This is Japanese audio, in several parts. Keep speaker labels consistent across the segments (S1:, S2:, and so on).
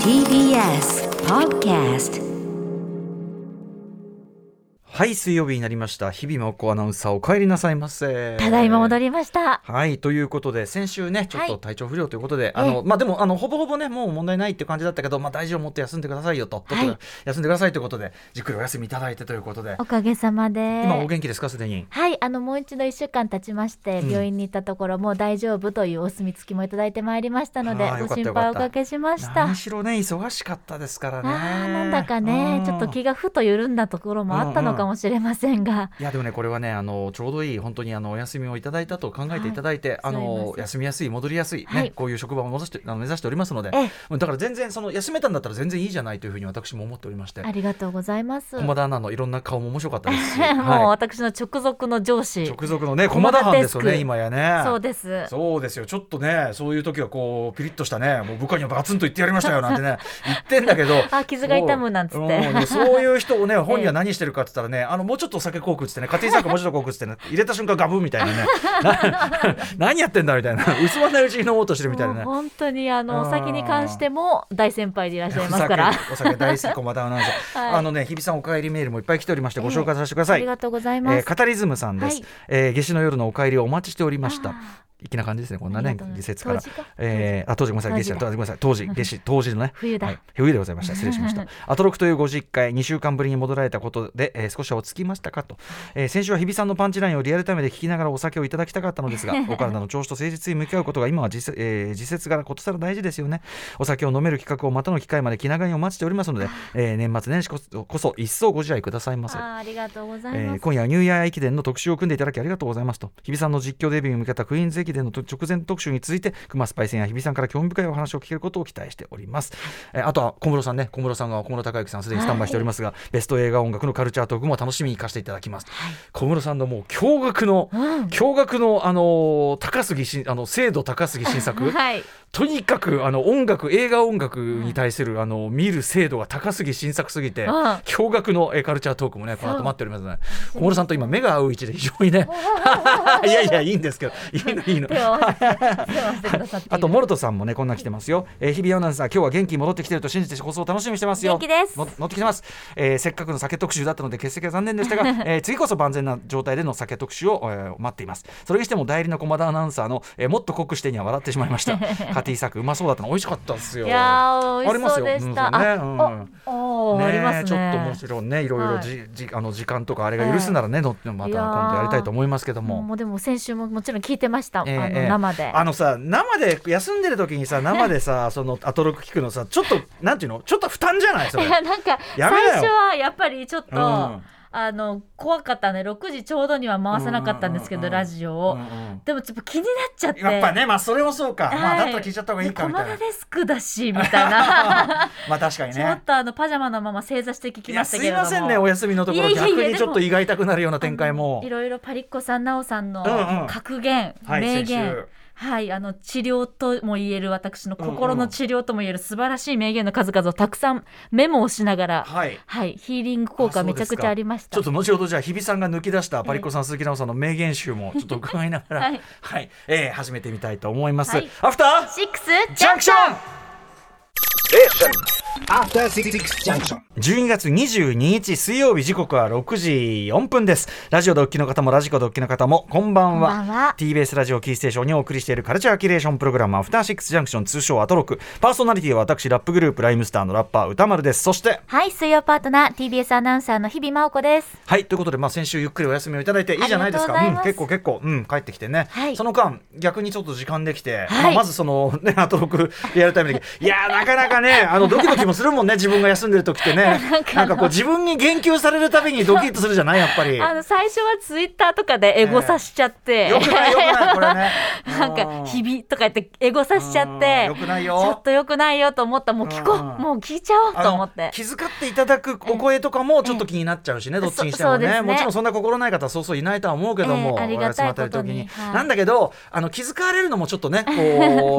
S1: TBS Podcast
S2: はい、水曜日になりました。日々真子アナウンサー、お帰りなさいませ。
S3: ただいま戻
S2: り。
S3: りました。
S2: はい、ということで、先週ね、ちょっと
S3: はい
S2: 体調不良ということで、あの、まあ、でも、あの、ほぼほぼね、もう問題ないっていう感じだったけど、まあ、大事を持って休んでくださいよと。
S3: はい
S2: ちょっと休んでくださいということで、じっくりお休みいただいてということで。
S3: おかげさまで。
S2: 今、お元気ですか、すでに。
S3: はい、あの、もう一度一週間経ちまして、
S2: うん
S3: 病院に行ったところ、もう大丈夫というお墨付きもいただいてまいりましたので
S2: あー、よか
S3: ご
S2: った
S3: 心
S2: よ
S3: 配
S2: か
S3: を
S2: っ
S3: お
S2: た
S3: かけしました。あ
S2: 何しろね、忙しかったですから
S3: ー
S2: ね。
S3: なんだかね
S2: う、ん
S3: ちょっと気がふと緩んだところもあったのかもしれませんが、
S2: いやでもねこれはねあのちょうどいい本当にあのお休みをいただいたと考えていただいて、あ
S3: そう
S2: の
S3: 思います
S2: 休みやすい戻りやすい、ね
S3: はい
S2: こういう職場を目指してあの目指しておりますので
S3: ええ
S2: うんだから全然その休めたんだったら全然いいじゃないというふうに私も思っておりまして
S3: ありがとうございます。
S2: 駒
S3: もう
S2: 田アナのいろんな顔も面白かった ですし、は
S3: 私の直属の上
S2: い、
S3: 司。
S2: 直属のね駒田班ですよ
S3: 駒田デ
S2: ね
S3: スク
S2: 今やね
S3: そうです。
S2: そうですよちょっとねそういう時はこうピリッとしたねもう部下にはバツンと言ってやりましたよなんてね言ってんだけど
S3: あ傷が痛むなんつって
S2: そううんそういう人をね本人は何してるかって言ったらねあのもうちょっとお酒こう食ってね家庭菜酒もうちょっとこう食ってね入れた瞬間ガブみたいなねな何やってんだみたいな薄まないうちに飲もうとしてるみたいなね
S3: もう本当にあの、お酒に関しても大先輩でいらっしゃい
S2: お
S3: ます
S2: 酒
S3: から。
S2: お酒大好き駒田アナウンサー、
S3: はい
S2: あのね日比さんお帰りメールもいっぱい来ておりましてご紹介させてくださ
S3: あ
S2: い、
S3: りがとうございま
S2: えー
S3: す。
S2: カタリズムさんです、
S3: はい
S2: えー夏至の夜のお帰りをお待ちしておりまし
S3: あ
S2: た
S3: ー
S2: 粋な感じですねこんな
S3: あ
S2: ね
S3: りがとうござい
S2: 季
S3: ます
S2: 節から
S3: 当時か
S2: えーあ当時ごめんなさい夏至
S3: 当時だ
S2: だごめんなさい当時夏至当時のね
S3: 冬だ
S2: はい、冬でございました失礼しました アトロクというご実家へ2週間ぶりに戻られたことで、えー少しは落ち着きましたかと、えー先週は日比さんのパンチラインをリアルタイムで聞きながらお酒をいただきたかったの ですがお体の調子と誠実に向き合うことが今は実,、えー、実節からことさら大事ですよねお酒を飲める企画をまたの機会まで気長にお待ちしておりますので、えー年末年始こそこそ一層ご自愛くださいませ
S3: あーありがとうござい
S2: えー
S3: ます。
S2: 今夜はニューイヤー駅伝の特集を組んでいただきありがとうございますと日比さんの実況デビューに向けたクイーンズ駅伝のと直前特集に続いて熊スパイ戦や日比さんから興味深いお話を聞けることを期待しております、えーあとは小室さんね小室さんが小室孝之さんすでにスタンバイしておりますが、ベスト映画音楽のカルチャートークも楽しみに行かせていただきます、小室さんのもう驚愕の、
S3: うん
S2: 驚愕のあのー高杉しあの精度高杉新 作、
S3: はい。
S2: とにかくあの音楽映画音楽に対する、あの見る精度が高すぎ新作すぎて、
S3: うん
S2: 驚愕のえーカルチャートークもねこの後待っておりますね小室さんと今目が合う位置で非常にね いやいやいいんですけどいいのいい の
S3: 手を合わせて、手を合わせてくださっている。
S2: あとモルトさんもねこんな来てますよ、えー日比アナウンサー今日は元気に戻ってきてると信じて放送を楽しみにしてますよ
S3: 元気です
S2: も乗ってきてます、えーせっかくの酒特集だったので欠席は残念で したが、えー次こそ万全な状態での酒特集を、えー待っていますそれにしても代理の駒田アナウンサーの、えーもっと濃くしてには笑ってしまい ましたカティ作うまそうだったの美味しかったですよ
S3: いやー美
S2: あり
S3: 味し
S2: ます
S3: そう
S2: よ
S3: でした。
S2: うん
S3: あ、
S2: そうねうん
S3: お、おー、ありますね。
S2: ちょっともちろんねいろいろ
S3: はい
S2: じ、じあの時間とかあれが許すならね、のまた今度やりたいと思いますけど
S3: もう
S2: も。
S3: でも先週ももちろん聞いてました。
S2: ええ
S3: あ
S2: ええ
S3: の生で。
S2: あのさ生で休んでる時に さ生でさそのアトロク聞くのさちょっとなんていうのちょっと負担じゃないそ
S3: い
S2: れ
S3: や なんか
S2: や
S3: 最
S2: めなよ
S3: 初はやっぱりちょっと、
S2: うん
S3: あの怖かったね6時ちょうどには回さなかったんですけ
S2: うんう
S3: ど
S2: んうんうん
S3: ラジオを、
S2: うんうん
S3: でもちょっと気になっちゃって
S2: やっぱねまあそれもそうか、
S3: はい
S2: まあだったら聞いちゃった方がいいかみたい
S3: や
S2: な
S3: 駒田デスクだしみた いな
S2: まあ確かに
S3: ちょっ
S2: ね
S3: とあのパジャマのまま正座して聞き
S2: い
S3: ま
S2: や
S3: し
S2: す
S3: たけ
S2: い
S3: れども
S2: ませんねお休みのところ
S3: いえいえいえ
S2: 逆にちょっ
S3: で
S2: と
S3: も
S2: 胃が痛くなるような展開も
S3: いろいろパリッコさん、ナオさんの
S2: うんうん
S3: 格言、
S2: はい
S3: 名
S2: 先
S3: 言
S2: 週、
S3: はい、あの治療とも言える私の心
S2: うんう
S3: の
S2: ん
S3: 治療とも言える素晴らしい名言の数々をたくさんメモをしながら、
S2: はい
S3: はい、ヒーリング効
S2: あ
S3: 果
S2: そう
S3: め
S2: で
S3: ち
S2: すか
S3: ゃくちゃありました。
S2: ちょっと後ほどじゃあ日比さんが抜き出したパリコさん、鈴木奈緒さんの名言集もちょっと伺いながらは
S3: はいい、
S2: えー始めてみたいと思います、
S3: はい
S2: アフター
S3: シックス
S2: ジャンクション
S4: After Six Junction.
S2: 12月22日水曜日時刻は6時4分ですラジオでお聞きの方もラジコでお聞きの方もこんばんは
S3: こんばんは
S2: TBS ラジオキーステーションにお送りしているカルチャーキュレーションプログラムアフターシックスジャンクション通称アトロクパーソナリティは私ラップグループライムスターのラッパー歌丸ですそして
S3: はい、水曜パートナー、TBS アナウンサーの日々真央子です。
S2: はいということで、まあ、先週ゆっくりお休みをいただいていいじゃないですか
S3: ありがとうござい
S2: ん、
S3: ます
S2: 結構結構、うん、帰ってきてね、
S3: はい
S2: その間逆にちょっと時間できて、
S3: はい
S2: まあ、まずその、ね、 アトロクリアルタイムでいやーなかなかねあのドキドキもするもんね自分が休んでる時ってね
S3: なんかあの
S2: なんかこう自分に言及されるたびにドキッとするじゃないやっぱり。
S3: あの、最初はツイッターとかでエゴさしちゃって、
S2: よくないよくないこれね
S3: なん
S2: う
S3: か、日々とか言ってエゴさしちゃっ
S2: うん
S3: て、
S2: よくない
S3: ちょっ
S2: よ
S3: と良くないよと思ったもう聞こう
S2: うん
S3: もう聞いちゃおうと思っ
S2: あの
S3: て
S2: 気遣っていただくお声とかもちょっと気になっちゃうしね、どっちにしても
S3: そそうで
S2: ね
S3: すね
S2: もちろんそんな心ない方はそうそういないとは思うけども、
S3: ええありがたいことに
S2: お休みの時
S3: はい
S2: なんだけどあの気遣われるのもちょっとね こ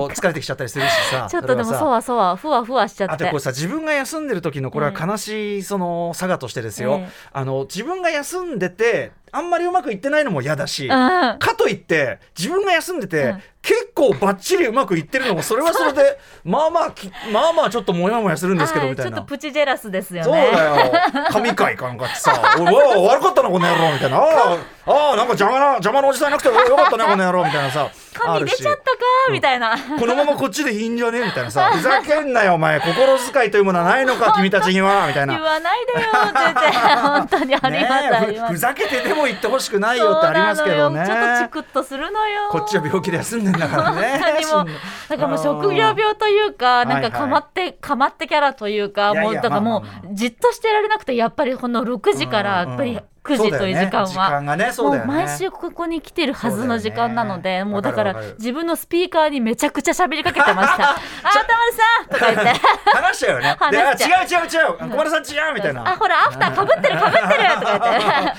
S2: う疲れてきちゃったりするしさ
S3: ちょっとでも
S2: それはさ
S3: そわそわふわふわしちゃ
S2: あ
S3: っ
S2: と
S3: て
S2: こうさ自分が休んでる時のこれは悲しいその差がとしてですよ、
S3: ええ
S2: あの自分が休んでてあんまりうまくいってないのも嫌だし、
S3: うん
S2: かといって自分が休んでて、
S3: うん
S2: 結構ばっちりうまくいってるのもそれはそれ でまあまあきまあまあちょっとモヤモヤするんですけど
S3: はい
S2: みたい
S3: ちょっ
S2: な
S3: と。プチジェラスですよね
S2: そうだよ神回感がさ「おいおい悪かったなこの野郎」みたいな「ああああなんか邪魔な邪魔なおじさんいなくてよかったねこの野郎」みたいなさあ
S3: 神
S2: る
S3: 出
S2: し
S3: ちゃったかみたいな、
S2: このままこっちでいいんじゃねみたいなさ「ふざけんなよお前心遣いというものはないのか君たちには」みたいな
S3: 言。わないでよ全 然本当にあり
S2: ね
S3: ますあり
S2: えふ
S3: ます
S2: ふざけてでも言ってほしくないよってありますけどね
S3: そうなのよちょっとチクッとするのよ
S2: こっちは病気で休んでんだからね
S3: 何も
S2: そんな
S3: なんかもう職業病というか、
S2: うん
S3: なんかかまって、かまってキャラというか、
S2: いやいや
S3: もうだからも
S2: まあまあま
S3: う、じっとしてられなくて、やっぱりこの6時から、
S2: うん
S3: やっぱ
S2: う
S3: り
S2: ん
S3: 9時という時間
S2: そうだよね時
S3: は、
S2: 間がねそう
S3: も
S2: だ
S3: う
S2: よね
S3: 毎週ここに来てるはずの時間なので、も
S2: そう
S3: う
S2: だ
S3: だ
S2: よねわ
S3: から
S2: かるわかる
S3: 自分のスピーカーにめちゃくちゃ喋りかけてま した。あ、たまるさんとか言って。
S2: 話したよねであ
S3: 話しちゃ
S2: 違う違う違う小丸さん違うみたいな
S3: あ、ほら、アフターかぶってるかぶってる とか言って。
S2: やっちゃう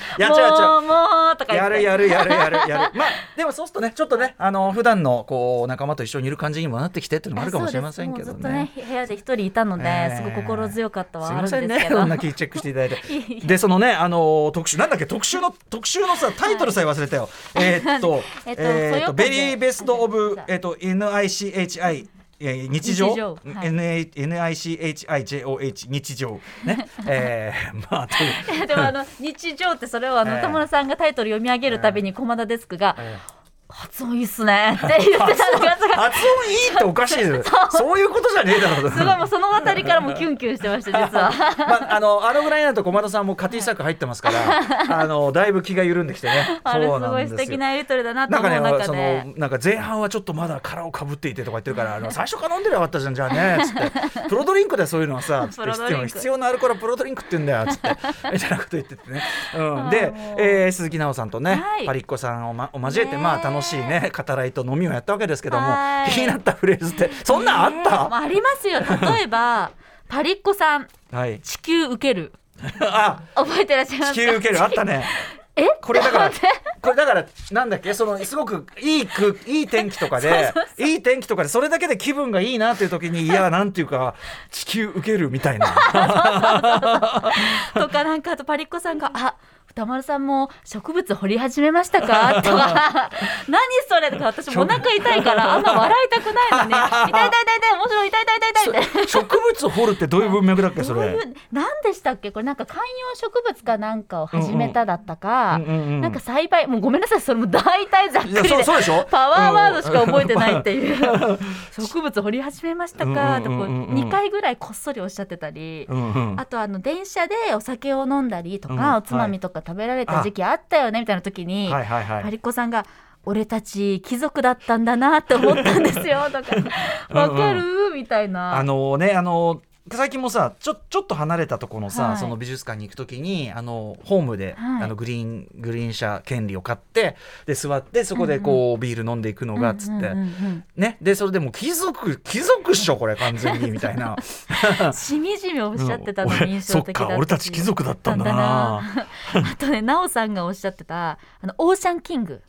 S2: やっちゃ
S3: もう、もう、とか言
S2: や
S3: っ
S2: る
S3: て。
S2: やるやるやる やるまあでもそうするとねちょっとねあの普段のこう仲間と一緒にいる感じにもなってきてっていうのもあるかもしれませんけど
S3: そうですもう
S2: ね
S3: ずっとね、部屋で一人いたの
S2: え
S3: で
S2: ー、
S3: すごく心強かったは
S2: すい
S3: ある
S2: ま
S3: んです
S2: せん
S3: けど。
S2: ね こんな気チェックしていただいて
S3: いや
S2: でそのねあの特集なんだっけ特集の特集のさタイトルさえ忘れた よえーっと
S3: えっと
S2: え
S3: そ
S2: ーっ
S3: よ
S2: とベ
S3: 風
S2: リーベストオブえーっと NICHI えー日常
S3: 日常はい
S2: NA NICHIJOH 日常ね えーまあという
S3: いや でもあの日常ってそれをあ
S2: ええ
S3: の田村さんがタイトル読み上げるたびに駒田デスクが
S2: ええ
S3: 「発音いいっすね」って言ってたのがすごい
S2: 発音いいっておかしい ですそういうことじゃねえだろう
S3: すごいもうそのあたりからもうキュンキュンして ました実は。
S2: まあ、あのあのぐらいになると駒田さんも家庭作入ってます からあのだいぶ気が緩んできてね
S3: あれす
S2: そうなん
S3: ご
S2: で
S3: い
S2: す
S3: 素
S2: よ
S3: 敵なやりとりだなと
S2: なん
S3: 思
S2: か
S3: う
S2: ね
S3: 中
S2: そ
S3: で
S2: のなんか前半はちょっとまだ殻をかぶっていてとか言ってるからあの最初から飲んでりゃよかったじゃんじゃあ ねつってプロドリンクでそういうのはさつっ
S3: プ
S2: て
S3: ロドリンク
S2: 必要なアルコールはプロドリンクって言うんだよつって みたいなこと言っててね、うん、で
S3: あーも、う
S2: えー鈴木奈緒さんとね、
S3: はい
S2: パリッコさんを、ま、を交えて、
S3: ねえ
S2: まあ楽しいね語らいと飲みをやったわけですけども
S3: はい
S2: 気になったフレーズってそんなんあっ
S3: ま
S2: た、
S3: あありますよ例えばパリッコさん
S2: はい、
S3: 地球受ける
S2: あ
S3: 覚えてらっしゃいます
S2: 地
S3: か
S2: 球受けるあったね。
S3: え
S2: これだから
S3: ちょっと待って
S2: これだからなんだっけそのすごくいい空いい天気とかでいい天気とかでそれだけで気分がいいなっていう時 にいやなんていうか地球受けるみたいな
S3: とかなんかあとパリッコさんが「あ歌丸さんも植物掘り始めまし たか?」とか「何それ?」とか私もお腹痛いからあんま笑いたくない のに「痛い痛い痛い痛い面白い痛い痛い痛い痛い」って。
S2: 植物掘るってどういう文脈だっけそ
S3: どうい
S2: れ
S3: う何でしたっけこれなんか観葉植物かなんかを始めただったか、
S2: うんうんうんうん
S3: なんか栽培もうごめんなさいそれも大体ざっく
S2: い
S3: り
S2: や
S3: で
S2: そうそうでしょ
S3: パワーワードしか覚えてない
S2: うん
S3: っていう植物掘り始めましたかとこう
S2: うんうんうんうん
S3: 2回ぐらいこっそりおっしゃってたり、
S2: うんうん
S3: あとあの電車でお酒を飲んだりと
S2: うん
S3: か、おつまみとか食べられ
S2: はい
S3: た時期あったよねみたいな時に、
S2: はいはいは
S3: パ
S2: い
S3: リッコさんが「俺たち貴族だったんだなって思ったんですよ」 とか「わかる?」みたいな。
S2: あのねあの最近もさちょちょっと離れたところのさ、
S3: はい
S2: その美術館に行くときにあのホームで、
S3: はい
S2: あのグリーングリーン車権利を買ってで座ってそこでこう、ビール飲んでいくのがつって、
S3: うんうんうん
S2: ね、でそれでもう貴族貴族っしょこれ完全にみたい な
S3: うんしみじみおっしゃってたのに印象的だ
S2: そっか俺たち貴族だったんだな
S3: だな あとね奈緒さんがおっしゃってたあのオーシャンキング、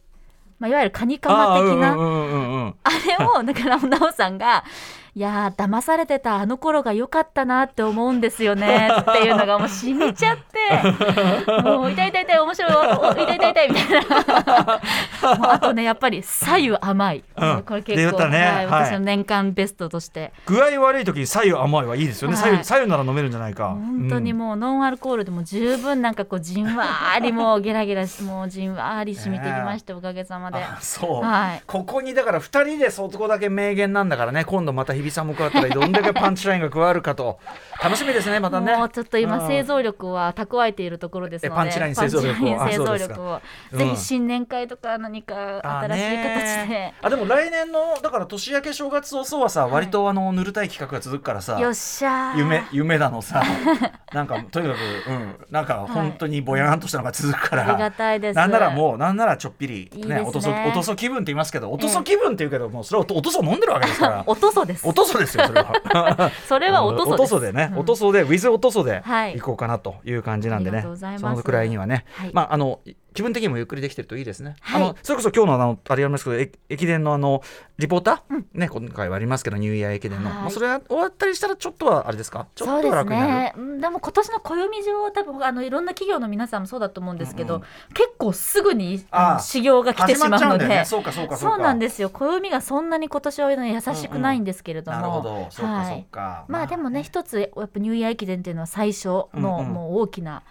S3: まあ、いわゆるカニカマ的な
S2: あーうんうんうんうん
S3: あれを、だから、なおさんが、いやー、騙されてたあの頃が良かったなって思うんですよね、っていうのがもう染みちゃって、もう、痛い痛い痛い、面白いわ、お痛い痛い痛い、みたいな。もうあとね、やっぱり、左右甘い。
S2: うん
S3: これ
S2: 出
S3: 結
S2: よった
S3: 構、
S2: ね
S3: はい
S2: はい
S3: 私の年間ベストとして、
S2: 具合悪い時に左右甘いはいいですよね、
S3: はい
S2: 左右左右なら飲めるんじゃないか
S3: 本当に
S2: うん
S3: もう、ノンアルコールでも十分なんかこう、じんわーり、もう、ゲラゲラし、もう、じんわーり染みてきまして、おかげさまで。
S2: あそう、
S3: はい
S2: ここにだから2人でそこだけ名言なんだからね今度また日比さんも加わったらどんだけパンチラインが加わるかと楽しみですねまたね
S3: もうちょっと
S2: う
S3: 今
S2: ん
S3: 製造力は蓄えているところですの
S2: え
S3: で
S2: パンチライン製造力を
S3: パンチライン製造
S2: あそうです
S3: 力を
S2: うん
S3: ぜひ新年会とか何か
S2: あ
S3: 新しい形
S2: ね
S3: で、
S2: あでも来年のだから年明け正月早々はさ、割とあのぬるたい企画が続くからさ
S3: よっしゃー
S2: 夢夢だのさ なんかとにかく、うん、なんか本当にぼやんとしたのが続くから、
S3: ありがたいです
S2: なんならもうなんならちょっぴり、
S3: いい
S2: ね
S3: ですね
S2: おとそおとそ気分って言いますけどおとそ気分って言うけど、もうそれはおとおとそ飲んでるわけですから
S3: おとそです
S2: おとそですよそれは。
S3: それはおとそです
S2: でね、
S3: うん
S2: おとそでウィズおとそで
S3: はい
S2: 行こうかなという感じなんで
S3: あ
S2: ね、
S3: りがとうございます
S2: そのくらいにはね、
S3: はい
S2: まああのい気分的にもゆっくりできてるといいですね。
S3: はい
S2: あのそれこそ今日のあのあれやりますけどえ駅伝のあのリポーター、ね今回はありますけどニューイヤー駅伝の、
S3: はい
S2: まあ、それは終わったりしたらちょっとはあれですかちょ
S3: そ
S2: っ
S3: う
S2: と
S3: で
S2: は
S3: す
S2: 楽になる。
S3: ね、うんでも今年の暦上、多分あのいろんな企業の皆さんもそうだと思うんですけど、
S2: うん
S3: 結構すぐに
S2: ああ
S3: あの修行が来てしまうので、
S2: そうかそうか
S3: そうなんですよ、暦がそんなに今年は優しくないんですけれども、
S2: ど
S3: はい
S2: か
S3: まあでもね、一つ、やっぱニューイヤー駅伝っていうのは最初の、
S2: うんうん
S3: もう大きな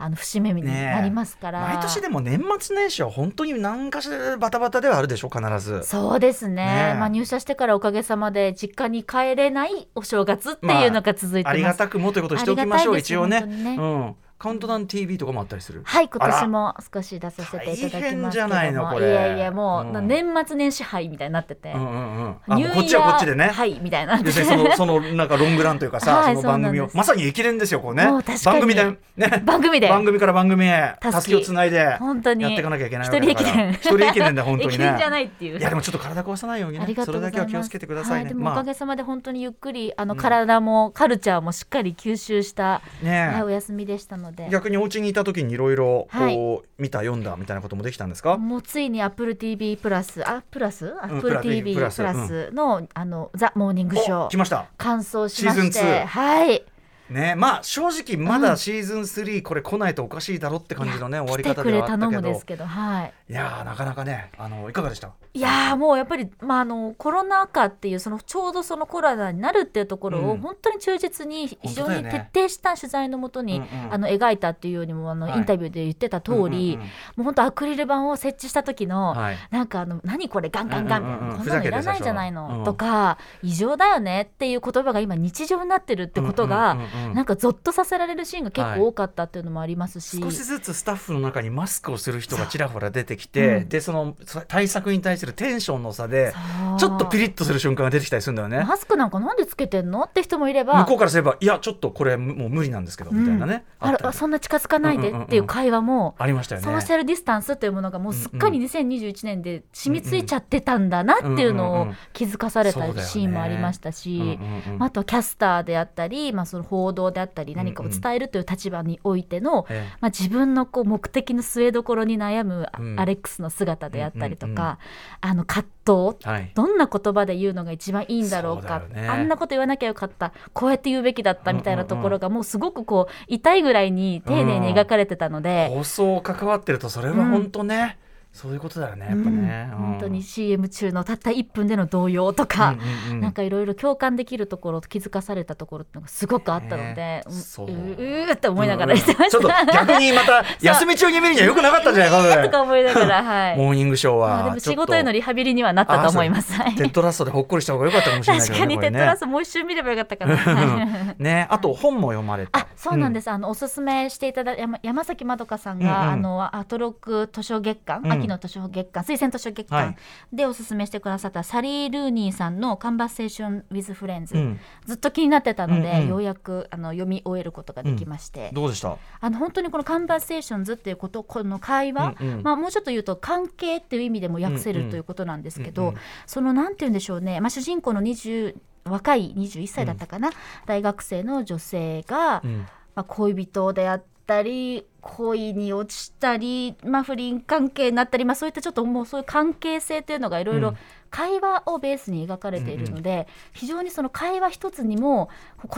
S3: あの節目になりますから、
S2: 毎年でも年末年始は本当に何かしらバタバタではあるでしょ必ず。
S3: そうですね
S2: ねえ
S3: まあ、入社してからおかげさまで実家に帰れないお正月っていうのが続いてます、
S2: ありがたくもということにしておきましょう、
S3: ありがたいです
S2: 一応ね
S3: 本当にね
S2: うん。カウントダウン TV とかもあったりする。
S3: はい、今
S2: あら
S3: 年も少し出させていただきますけども。
S2: 大変じゃないのこれ
S3: やいや、もう、
S2: うん
S3: 年末年始杯みたいになってて。
S2: うんうんうん。あ
S3: ニューイヤー
S2: こっちはこっちでね。
S3: はい、みたいな。
S2: 要するにそのそのなんかロングランというかさ、
S3: はい
S2: その番組
S3: そうなん
S2: を
S3: です
S2: まさに駅伝ですよこうね
S3: もう確か
S2: 番
S3: に
S2: 組でね
S3: 番組で。
S2: 番組から番組へ
S3: たすき
S2: たすきをつないでや
S3: 本当に。
S2: っていかなきゃいけない
S3: 一
S2: わけ
S3: 人
S2: だ
S3: 駅
S2: から
S3: 伝。
S2: 一人駅伝だ 本当に
S3: 駅伝じゃ
S2: ね
S3: ないっていう。
S2: いやでもちょっと体壊さないように
S3: あり
S2: ね
S3: がと
S2: そう
S3: ご
S2: れ
S3: ざ
S2: だ
S3: います
S2: けは気をつけてください
S3: は
S2: ね
S3: でもおか
S2: ま
S3: げさまで本当にゆっくりあの、
S2: うん
S3: 体もカルチャーもしっかり吸収した、
S2: あね
S3: はい、お休みでしたので
S2: 逆にお家にいた時にいろいろ
S3: はい
S2: こう見た読んだみたいなこともできたんですか、
S3: もうついに AppleTV プラスあプラス
S2: んプラ
S3: AppleTV
S2: プ
S3: プ
S2: ラ
S3: ラ
S2: ス
S3: スの「あのザ・モーニングショ
S2: お
S3: ー
S2: 来」ました
S3: 完走しまし
S2: シーズン
S3: て
S2: 2
S3: はい
S2: ねまあ正直まだ
S3: うん
S2: シーズン3これ来ないとおかしいだろって感じのね終わり
S3: 来て
S2: 方
S3: く
S2: で
S3: れ
S2: はあ
S3: 頼
S2: ったけ
S3: むで
S2: ど
S3: すけどはい
S2: いやーなかなかねあのいかがでした
S3: いやーもうやっぱり、まあ、あのコロナ禍っていうそのちょうどそのコロナになるっていうところ
S2: う
S3: を
S2: ん
S3: 本当に忠実に非常
S2: 本当
S3: に
S2: だよ
S3: 徹
S2: ね
S3: 底した取材のもと
S2: う
S3: に、
S2: んうん
S3: あの描いたっていうよりもあの、
S2: はい
S3: インタビューで言ってた通り、
S2: うんうんうん
S3: もう本当アクリル板を設置した時の、
S2: はい
S3: なんかあの何これガンガンガンみたいな、
S2: うんうんうん
S3: こんなのいら
S2: ふざけて
S3: ない
S2: た
S3: じゃない
S2: 最初
S3: の、
S2: は
S3: とか異常だよねっていう言葉が今日常になってるってことが、
S2: うんうんうんうん
S3: なんかゾッとさせられるシーンが結構多かったっていうのもありますし、
S2: 少しずつスタッフの中にマスクをする人がちらほら出てきて、
S3: そううん
S2: でそのそ対策に対するテンションの差で
S3: そう
S2: ちょっとピリッとする瞬間が出てきたりするんだよね。
S3: マスクなんかなんでつけてんのって人もいれば
S2: 向こうからすればいやちょっとこれもう無理なんですけどみたいなね、
S3: あ
S2: あっ
S3: ら
S2: たり
S3: そんな近づかないでっていう会話も、
S2: ありましたよね。
S3: ソーシャルディスタンスというものがもうすっかり
S2: うん
S3: 2021年で染みついちゃってたんだなっていうの
S2: う
S3: を
S2: んうんうん
S3: 気づかされ
S2: そうだよ
S3: た
S2: ね
S3: シーンもありましたし、
S2: うんうんうん
S3: まああとはキャスターであったり、まあ、その報道であったり何かを伝えるという立場においての、
S2: え
S3: まあ、自分のこう目的の据えどころに悩むあ
S2: うん
S3: アレックスの姿であったりと
S2: うんうんうん
S3: か、あの葛藤
S2: えはい、
S3: どんな言葉で言うのが一番いいんだろうか
S2: そうだよね
S3: あんなこと言わなきゃよかったこうやって言うべきだったみたいなところがもうすごくこう痛いぐらいに丁寧に描かれてたので、
S2: 放送関わってるとそれは本当ね、そういうことだよねやっぱね。
S3: う
S2: うん
S3: ん本当に CM 中のたった1分での動揺と
S2: う
S3: か。
S2: んうんうん
S3: なんかいろいろ共感できるところ気づかされたところってのがすごくあったので
S2: ね、
S3: うん
S2: そう
S3: ううーって思いながら言ってました、
S2: うんうんちょっと逆にまた休み中に見るにはよくなかったんじゃないかこれ
S3: とか思いながらはい
S2: モーニングショー
S3: まあ
S2: は。
S3: でも仕事へのリハビリにはなったと思いますはい
S2: テッドラストでほっこりした方が良かったかもしれない
S3: 確
S2: けど
S3: か
S2: ね。
S3: に
S2: こ
S3: テ
S2: れ
S3: ッ
S2: ね
S3: ドラスもう一周見ればよかったかな、はい
S2: ね、あと本も読まれた。。
S3: あそうなんですす、あのおすすめしていただ山山崎まどかさんが、
S2: うんうん
S3: あのアトロック図書月間、
S2: うん
S3: 秋の図書月間推薦図書月
S2: はい
S3: 間でおすすめしてくださった、サリー・ルーニーさんの「カンバセーション・ウィズ・フレンズ、
S2: うん
S3: ずっと気になってたので、
S2: うんうん
S3: ようやくあの読み終えることができまして、
S2: どうでした。
S3: あの本当にこの「カンバセーションズ」っていうことこの会話、
S2: うんうん
S3: まあ、もうちょっと言うと関係っていう意味でも訳せ
S2: うんうん
S3: るということなんですけど、
S2: うんうん
S3: そのなんて言うんでしょうね、まあ、主人公の20若い21歳だったかな、大学生の女性が、
S2: うん
S3: まあ、恋人であったり恋に落ちたり、まあ、不倫関係になったり、まあ、そういったちょっともうそういう関係性というのがいろいうろ
S2: ん
S3: 会話をベースに描かれているので、非常にその会話一つにも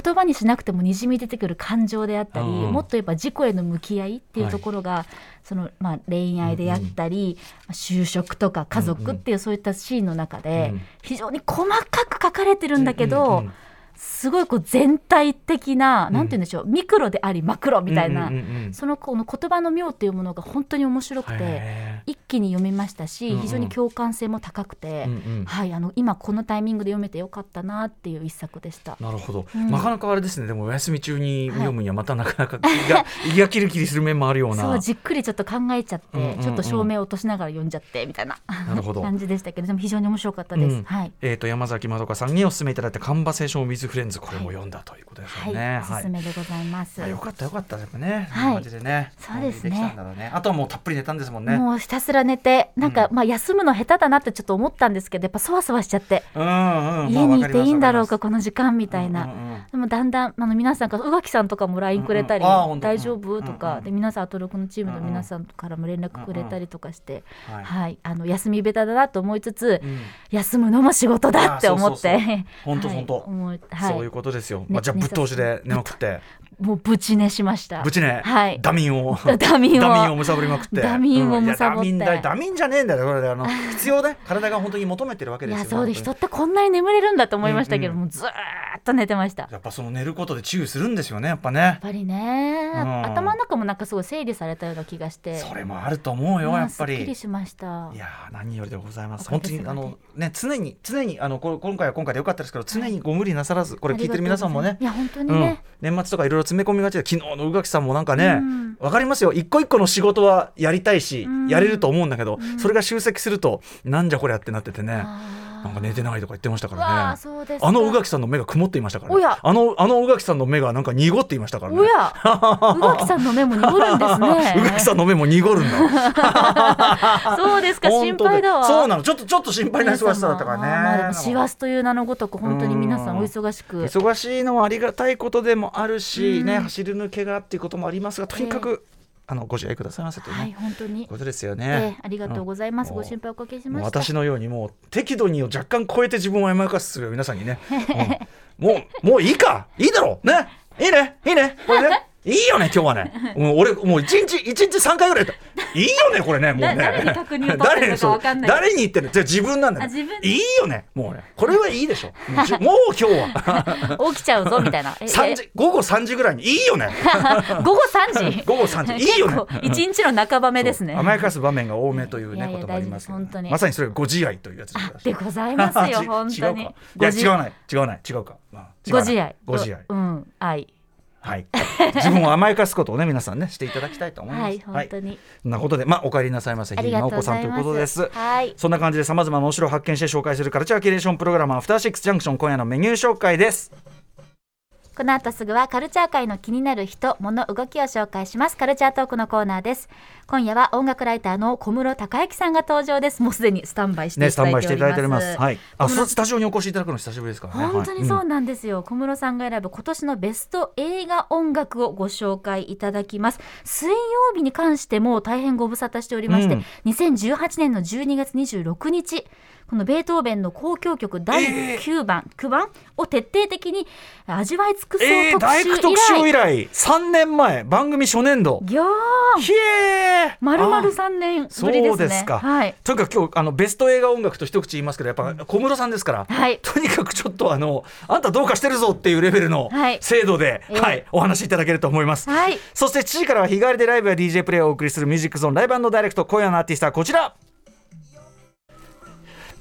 S3: 言葉にしなくてもにじみ出てくる感情であったり、
S2: うん
S3: もっと言えば自己への向き合いっていうところが、そのまあ、恋愛であったり、まあ就職とか家族っていうそういったシーンの中で、
S2: うん
S3: 非常に細かく書かれてるんだけど。
S2: うんうん
S3: すごいこう全体的な、
S2: ん
S3: なんて言うんでしょうミクロでありマクロみたいな、
S2: うんうんうんうん
S3: そのこの言葉の妙っていうものが本当に面白くて、
S2: へ
S3: 一気に読みましたし、
S2: うんうん
S3: 非常に共感性も高く
S2: ー
S3: て、
S2: うんうん
S3: はいあの今このタイミングで読めてよかったなっていう一作でした。
S2: なるほど、
S3: うん
S2: なかなかあれですねでもお休み中に読むにはまたなかなか胃が 胃がキリキリする面もあるような
S3: そうじっくりちょっと考えちゃって、
S2: うんうんうん
S3: ちょっと照明を落としながら読んじゃってみたいな
S2: なるほど
S3: 感じでしたけどでも非常に面白かったです。
S2: うん
S3: はい
S2: えー、と山崎まどかさんにお勧めいただいた「カンバセーション・ウィズ・フレンズ」これも読んだということです
S3: は
S2: よ
S3: い、
S2: ね。
S3: おすすめでございます。
S2: あよかったよかったですね。
S3: はい
S2: そんな感じでね。
S3: そうですね
S2: きたんだろうね。あとはもうたっぷり寝たんですもんね。
S3: もうひたすら寝てなんか、
S2: う
S3: まあ休むの下手だなってちょっと思ったんですけどやっぱそわそわしちゃって
S2: うんうん。まあ
S3: 家にいていいんだろう。
S2: わ
S3: か
S2: り
S3: この時間みたい
S2: ますわかります
S3: な。
S2: うんうんうん
S3: でもだんだんあの皆さんから宇垣さんとかも LINE くれたり「
S2: うんうんあー本当
S3: 大丈夫?」と
S2: うんうん
S3: か、
S2: うん
S3: で皆さんアトロクのチームの皆さんからも連絡くれたりとかして、
S2: はい
S3: はい、あの休みベタだなと思いつつ、
S2: うん
S3: 休むのも仕事だって思っ
S2: あーそう
S3: て
S2: 本当
S3: はい
S2: 本当
S3: 思いはい
S2: そういうことですよ、まあ、
S3: ね
S2: じゃあぶっ通しで寝まくって
S3: もうぶち寝しました
S2: ぶちね、
S3: はい
S2: ダミンを
S3: ダミンを
S2: ダミンをむさぶりまくって
S3: ダミンを
S2: うんいや
S3: むさぼっ
S2: ダミ
S3: て
S2: ンだダミンじゃねえんだよこれであの必要だよ体が本当に求めてるわけ
S3: い
S2: ですよ
S3: やそう
S2: 本
S3: で人
S2: 当に
S3: ってこんなに眠れるんだと思いましたけど、
S2: うんうん
S3: もうずーっと寝てましたや
S2: やっぱその寝ることで注意するんですよねやっぱね
S3: っぱりね、
S2: うん
S3: 頭の中もなんかすごい整理されたような気がして
S2: それもあると思うよ
S3: まあ
S2: やっぱ
S3: すっき
S2: り
S3: りしました
S2: いやー何よりでございます
S3: お
S2: 本
S3: か
S2: 当
S3: げ
S2: に
S3: さ
S2: あ
S3: まで
S2: のね常に常にあのこ今回は今回でよかったですけど常にご無理なさらずこれ聞いてる皆さんもね
S3: ありがとうございますいや
S2: うん
S3: 本、
S2: 年末とかいろいろ詰め込みがちで昨日の宇垣さんもなんかね、
S3: うん
S2: わかりますよ一個一個の仕事はやりたいし、
S3: うん
S2: やれると思うんだけど、
S3: うん
S2: それが集積するとなんじゃこりゃってなっててねな
S3: 当にねあー
S2: んか寝てないとか言ってましたか
S3: うわ
S2: ら
S3: あ
S2: ね
S3: そうですか
S2: あの宇垣さんの目が曇っていましたから、
S3: お
S2: ね
S3: や、
S2: あのあの宇垣さんの目がなんか濁っていましたからね
S3: おや 宇垣さんの目も濁るんですね
S2: 宇垣さんの目も濁るんだ
S3: そうですか心配だわ
S2: そうなのちょっとちょっと心配な忙しさだったからね、
S3: 皆様まあ、でも師走という名のごとく本当に皆さんお忙しく
S2: 忙しいのはありがたいことでもあるし、
S3: うん
S2: ね走り抜けがっていうこともありますがとにかく、あのご自愛くださいませというね、
S3: はい本当に、
S2: ことですよ
S3: え
S2: ね
S3: え。ありがとうございます、
S2: うん
S3: ご心配おかけしま
S2: もう
S3: した
S2: 私のようにもう適度にを若干超えて自分を甘やかすよ皆さんにね、うんもうもういいかいいだろうねいいねいいねこれねいいよね今日はねもう俺もう一日一日3回ぐらいやったいいよねこれねもうね
S3: な誰に確認を取ってるのかわかんない
S2: 誰にそう誰に言ってるのじゃあ自分なんだ
S3: あ
S2: よ
S3: 自分
S2: いいよねもうねこれはいいでしょもうじもう今日は
S3: 起きちゃうぞ みたいな。 え
S2: 3時午後3時ぐらいにいいよね
S3: え午後三時。
S2: 午後3時いいよね
S3: 結構一日の半ば目ですね
S2: そう。甘やかす場面が多めというね
S3: いやいや
S2: こともありますけどね
S3: 大事です本当に
S2: まさにそれがご自愛というやつでございます
S3: でご ざいますよ
S2: ち
S3: 本当に
S2: 違うか。いや違
S3: う。
S2: わない違わない違うか、まあ違
S3: ご
S2: わない
S3: 自愛。
S2: ご自愛
S3: うん愛。
S2: はい 自分を甘やかすことをね皆さんねしていただきたいと思います
S3: はい本当に、
S2: そんなことでまあお帰りなさいませ
S3: あ
S2: 日
S3: り
S2: 々
S3: がと
S2: の
S3: う
S2: お子
S3: ご
S2: さ
S3: ざ
S2: んと
S3: い
S2: いう
S3: ま
S2: こ
S3: す。
S2: とです
S3: はい。
S2: そんな感じでさまざまなお城を発見して紹介するカルチャーキュレーションプログラムアフターシックスジャンクション今夜のメニュー紹介です
S3: この後すぐはカルチャー界の気になる人、物、動きを紹介します。カルチャートークのコーナーです。今夜は音楽ライターの小室孝之さんが登場です。もうすでにスタンバイしてい
S2: ねス
S3: た
S2: タン
S3: だ
S2: バ
S3: い
S2: イ
S3: て
S2: し
S3: お
S2: て
S3: ります。
S2: いただいておりますはいあ
S3: 小室
S2: ススタジオにお越しいただくの久しぶりですからね
S3: 本当にそ
S2: は
S3: う
S2: い
S3: なんですよ、小室さんが選ぶ今年のベスト映画音楽をご紹介いただきます水曜日に関しても大変ご無沙汰しておりまして、
S2: うん
S3: 2018年の12月26日このベートーベンの交響曲第9番、9番を徹底的に味わい尽くそう
S2: えー、
S3: 特
S2: 大
S3: 集以
S2: 工
S3: 来、
S2: 特集以来3年前番組初年度
S3: ぎょーん
S2: ひえー
S3: 丸
S2: あ
S3: 々
S2: ー
S3: 3年ぶりですね
S2: そうですか
S3: はい、
S2: とにかく今日あのベスト映画音楽と一口言いますけどやっぱ小室さんですから、
S3: はい
S2: とにかくちょっとあのあんたどうかしてるぞっていうレベルの
S3: はい
S2: 精度で、
S3: え
S2: は
S3: え
S2: いお話しいただけると思います、
S3: はい
S2: そして7時からは日替わりでライブや DJ プレイをお送りするミュージックゾーンライブダイレクト今夜のアーティストはこちら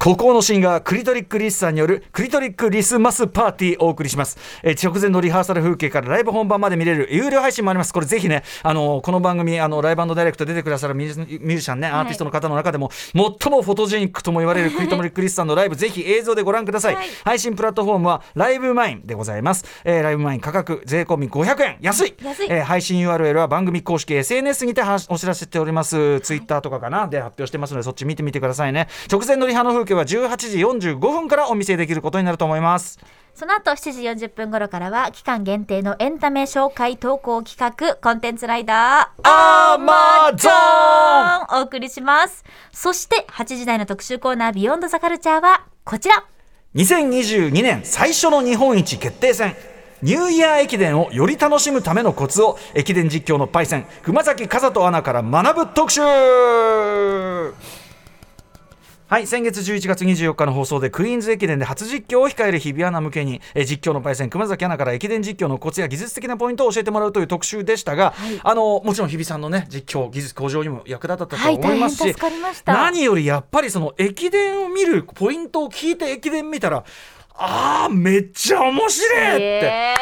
S2: 孤高のシンガークリトリック・リスさんによるクリトリック・リスマスパーティーをお送りします、えー直前のリハーサル風景からライブ本番まで見れる有料配信もありますこれぜひねあのーこの番組あのライブダイレクト出てくださるミュージミュージシャンね
S3: い
S2: アーティストの方の中でも最もフォトジェニックとも言わ れるクリトリック・リスさんのライブぜひ映像でご覧ください、
S3: はい
S2: 配信プラットフォームはライブマインでございます、えーライブマイン価格税込み500円安い
S3: 安い
S2: えー配信 URL は番組公式 SNS にてはお知らせしておりますツイッターとかかなで発表してますのでそっち見てみてくださいね直前のリハの風景は18時45分からお見せできることになると思います
S3: その後7時40分頃からは期間限定のエンタメ紹介投稿企画コンテンツライダー
S2: アマゾ
S3: ンお送りしますそして8時台の特集コーナービヨンドザカルチャーはこちら
S2: 2022年最初の日本一決定戦ニューイヤー駅伝をより楽しむためのコツを駅伝実況のパイセン熊崎風人アナから学ぶ特集はい先月11月24日の放送でクイーンズ駅伝で初実況を控える日比アナ向けにえー実況のパイセン熊崎アナから駅伝実況のコツや技術的なポイントを教えてもらうという特集でしたが、あのもちろん日比さんのね実況技術向上にも役立ったと
S3: はい
S2: 思
S3: 大
S2: いま
S3: 変
S2: すし、
S3: 助かりました
S2: 何よりやっぱりその駅伝を見るポイントを聞いて駅伝見たらあーめっちゃ面白いって、
S3: イエ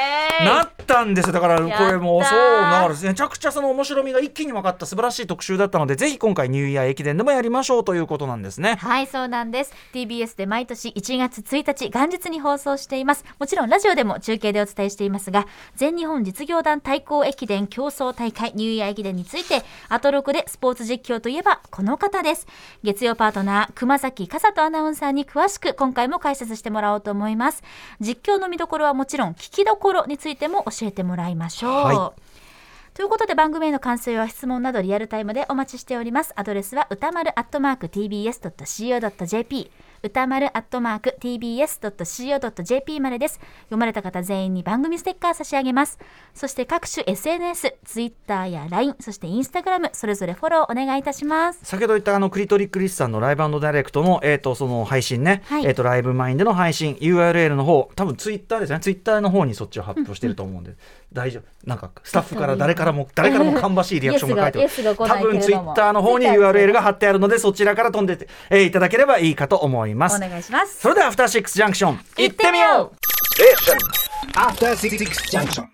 S3: ーイ
S2: なっったんですよだからこ
S3: やったー
S2: れもうそうだからめちゃくちゃその面白みが一気に分かった素晴らしい特集だったのでぜひ今回ニューイヤー駅伝でもやりましょうということなんですね
S3: はい、そうなんです。TBS で毎年1月1日元日に放送しています。もちろんラジオでも中継でお伝えしていますが、全日本実業団対抗駅伝競争大会ニューイヤー駅伝について、アトロクでスポーツ実況といえばこの方です。月曜パートナー、熊崎笠人アナウンサーに詳しく今回も解説してもらおうと思います。実況の見どころはもちろん聞きどころについても教えてもらいましょう。
S2: は
S3: ということで番組への感想や質問などリアルタイムでお待ちしておりますアドレスは歌丸アットマーク tbs.co.jp 歌丸アットマーク tbs.co.jp までです読まれた方全員に番組ステッカー差し上げますそして各種 SNS ツイッターや LINE そして Instagram それぞれフォローお願いいたします
S2: 先ほど言ったあのクリトリックリスさんのライブダイレクトの,、えー、とその配信ね、
S3: はい
S2: えー、とライブマインでの配信 URL の方多分ツイッターですねツイッターの方にそっちを発表してると思うんで、大丈夫なんかスタッフから誰からも誰からも芳しいリアクションが書いてある
S3: イエスがイエスが
S2: 多
S3: 来ないけれども
S2: 分ツイッターの方に URL が貼ってあるのでそちらから飛んでって、えーいただければいいかと思いま
S3: お
S2: す
S3: 願いします
S2: それではアフターシックスジャンクション
S3: 行ってみよう
S4: After Six Junction.